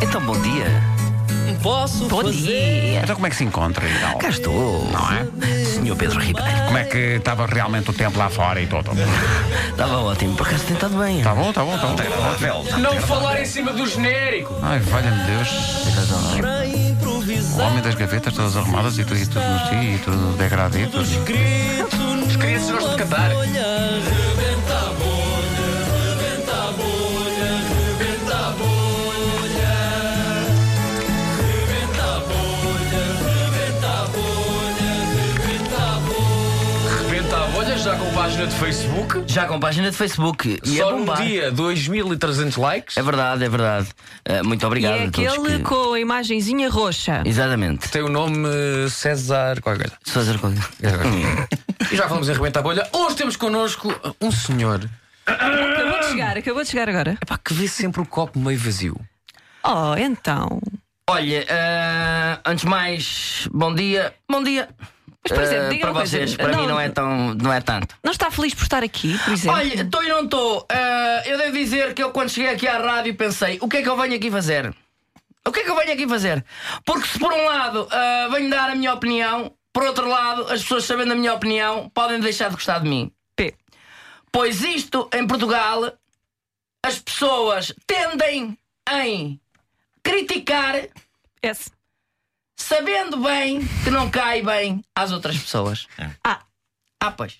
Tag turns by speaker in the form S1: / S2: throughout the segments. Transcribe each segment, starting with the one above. S1: Então, bom dia.
S2: Posso
S1: Bom
S2: fazer.
S1: dia.
S3: Então como é que se encontra então?
S1: Cá estou.
S3: Não é?
S1: Senhor Pedro Ribeiro.
S3: Como é que estava realmente o tempo lá fora e tudo?
S1: Estava ótimo, por acaso tem estado bem.
S3: Tá bom, tá bom, tá bom.
S2: Não falar em cima do genérico.
S3: Ai, valha-me Deus.
S2: Para
S3: O
S2: improvisar.
S3: homem das gavetas todas arrumadas e tudo, e tudo no si, e tudo degradê, tudo.
S2: Escrito Os
S4: crianças gostam de cantar.
S2: Bolha, rebenta a bolha, rebenta a bolha, rebenta a bolha. Rebenta a bolha, rebenta a bolha, rebenta a bolha.
S4: Rebenta a bolha já com página de Facebook.
S1: Já com página de Facebook. E
S4: Só
S1: é
S4: num
S1: bombar.
S4: dia, 2300 likes.
S1: É verdade, é verdade. Eh, muito obrigado
S5: e é
S1: a todos.
S5: aquele
S1: que-
S5: com a imagenzinha roxa.
S1: Exatamente.
S4: Tem o nome eh, César. Qualquer coisa.
S1: Se fazer qualquer
S4: E já falamos em Rebenta a bolha. Hoje temos connosco um senhor
S1: Ah!
S5: Acabou de chegar, acabou de chegar agora.
S4: pá, que vê sempre o copo meio vazio.
S5: Oh, então.
S1: Olha, eh, antes de mais, bom dia. Bom dia.
S5: Mas, por exemplo,
S1: Eh,
S5: diga
S1: para
S5: uma coisa.
S1: vocês, para mim
S5: Não-
S1: não é tão. não é tanto.
S5: Não está feliz por estar aqui, por exemplo?
S1: Olha, estou e não estou. eu devo dizer que eu, quando cheguei aqui à rádio, pensei: o que é que eu venho aqui fazer? O que é que eu venho aqui fazer? Porque, se por um lado ah, venho dar a minha opinião, por outro lado, as pessoas sabendo a minha opinião podem deixar de gostar de mim.
S5: P.
S1: Pois isto, em Portugal, as pessoas tendem em criticar,
S5: S.
S1: sabendo bem que não cai bem às outras pessoas.
S4: É.
S5: Ah.
S1: Ah, pois.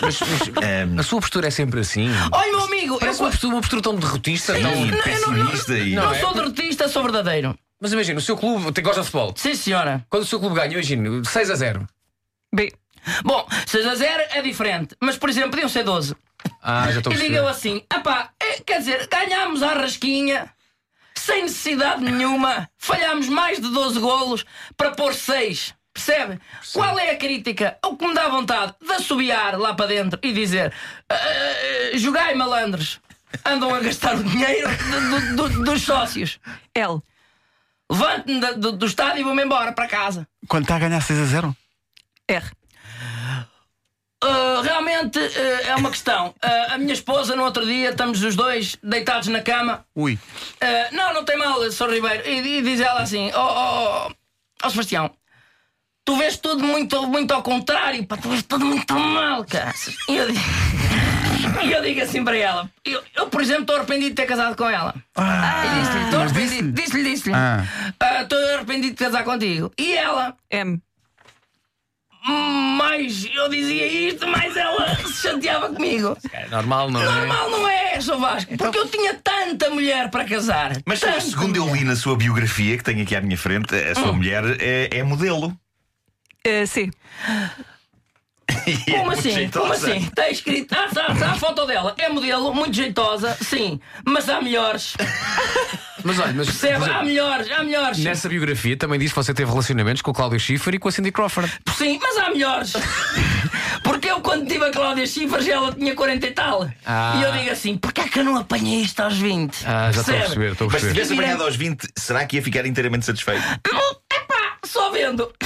S4: Mas, mas
S6: Ehm,
S4: a sua postura é sempre assim.
S1: Olha, meu amigo, eu,
S4: Parece uma postura, uma postura tão derrotista. Não,
S6: pessimista e.
S4: não
S1: não
S4: é?
S1: sou derrotista, sou verdadeiro.
S4: Mas imagina, o seu clube tem gosta de futebol.
S1: Sim, senhora.
S4: Quando o seu clube ganha, imagina, 6 a 0.
S5: B.
S1: Bom, 6 a 0 é diferente, mas por exemplo, podiam ser 12.
S4: Ah, já estou a
S1: E digam
S4: perceber.
S1: assim: apá, eh, quer dizer, ganhámos à rasquinha, sem necessidade nenhuma, falhámos mais de 12 golos para pôr 6. Percebe? Qual é a crítica? O que me dá vontade de assobiar lá para dentro e dizer: "Ah, ah, ah, jogai malandros, andam a gastar o dinheiro do- do- do- dos sócios.
S5: L.
S1: Levante-me da- do, do estádio e vou-me embora para casa.
S3: Quando está a ganhar 6 a 0?
S5: R.
S1: Uh, realmente uh, é uma questão. Uh, a minha esposa, no outro dia, estamos os dois deitados na cama.
S3: Ui.
S1: Uh, não, não tem mal, Sr. Ribeiro. E, e diz ela assim: Ó oh, oh, oh, Sebastião, tu vês tudo muito, muito ao contrário, pá, tu vês tudo muito mal, cara. E eu, digo- e eu digo assim para ela: eu, eu, por exemplo, estou arrependido de ter casado com ela. E disse-lhe: Estou arrependido. Disse-lhe, disse-lhe:
S3: Ah.
S1: "Ah, Estou arrependido de casar contigo. E ela. "Hum,
S5: M.
S1: mais eu dizia isto, mais ela se chateava comigo.
S4: É normal, não é?
S1: Normal não é, Sr. Vasco,
S4: Então-
S1: porque eu tinha tanta mulher para casar.
S6: Mas
S1: tanta
S6: segundo eu li na sua biografia, que tenho aqui à minha frente, a
S1: Hum.
S6: sua mulher é, é modelo.
S5: Eh, C.
S6: E é
S1: Como
S6: muito
S1: assim? Como
S6: jeitosa.
S1: assim? Está escrito. Ah, está, está a foto dela. É modelo, muito jeitosa, sim. Mas há melhores.
S4: Mas olha, mas.
S1: Percebe?
S4: por exemplo,
S1: Há melhores, há melhores.
S4: Nessa biografia também diz que você teve relacionamentos com o Cláudio Schiffer e com a Cindy Crawford.
S1: Sim, mas há melhores. Porque eu, quando tive a Cláudia Chifres, ela tinha 40 e tal.
S4: Ah.
S1: E eu digo assim: porquê é que eu não apanhei isto aos 20?
S4: Ah, já estou a
S1: Percebe?
S4: perceber, estou a
S6: Mas se
S4: perceber.
S6: tivesse apanhado aos 20, será que ia ficar inteiramente satisfeito?
S1: Epá, só vendo.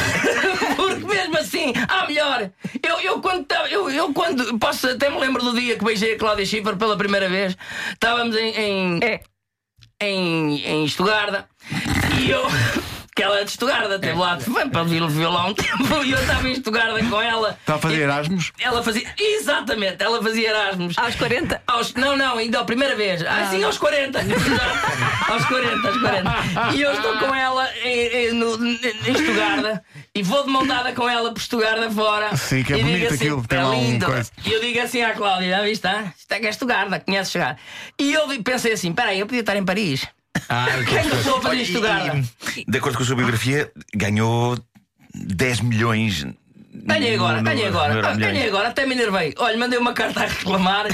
S1: Porque mesmo assim, há melhor. Eu, eu quando tava- eu, eu quando posso até me lembro do dia que beijei a Cláudia Schiffer pela primeira vez. Estávamos em em,
S5: E.
S1: em em Estugarda e eu que ela é de Estugarda, teve lá foi para vir violão um tempo e eu estava em Estugarda com ela.
S3: Está a fazer Erasmus?
S1: Ela fazia exatamente, ela fazia Erasmus.
S5: Aos 40.
S1: Aos- não, não, ainda a primeira vez. Ah, sim, aos 40. aos 40, aos 40. E eu estou com ela em, em- no- em Estugarda e vou de mão dada com ela por Estugarda fora.
S3: Sim, que é
S1: E digo
S3: bonito aquilo, tem
S1: "É
S3: lá um
S1: lindo."
S3: coisa.
S1: E eu digo assim à Cláudia: já viste? ah? Isto é que é Estugarda, conheces chegar. E eu di- pensei assim: peraí, eu podia estar em Paris.
S4: Ah,
S1: O que é que eu estou a fazer em Estugarda?
S6: E, e, de acordo com a sua biografia, ganhou 10 milhões.
S1: Ganhei agora,
S6: no- no-
S4: é,
S1: ganhei
S6: no
S1: agora. Ah,
S6: Euromilhões.
S1: Ganhei agora, até me enervei. Olha, mandei uma carta a reclamar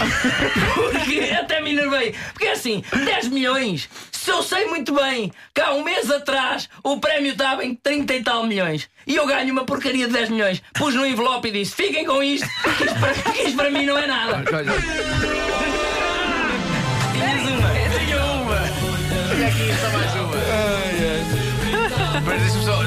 S1: porque até me enervei. Porque assim, 10 milhões, se eu sei muito bem que há um mês atrás o prémio estava em 30 e tal milhões e eu ganho uma porcaria de 10 milhões. Pus no envelope e disse: fiquem com isto, que isto para, que isto para mim não é nada.
S4: Olha,
S1: Tinhas uma.
S4: tinha uma! E aqui está mais uma! Mas deixa-me só. É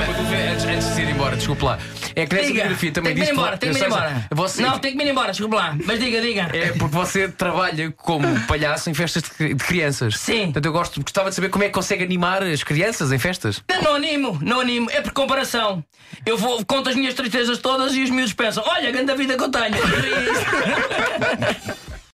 S4: uma dúvida antes, antes de ir embora, desculpe lá. É que nessa
S1: Diga.
S4: biografia também
S1: tem que
S4: diz
S1: me ir embora, tem que me ir
S4: eu sei-
S1: embora.
S4: Você,
S1: Não, tem que me ir embora, desculpa lá. Mas diga, diga.
S4: É porque você trabalha como palhaço em festas de, cri- de crianças.
S1: Sim.
S4: Portanto, eu gosto, gostava de saber como é que consegue animar as crianças em festas.
S1: Não animo, não animo, é por comparação. Eu vou, conto as minhas tristezas todas e os miúdos pensam: olha, grande a vida que eu tenho.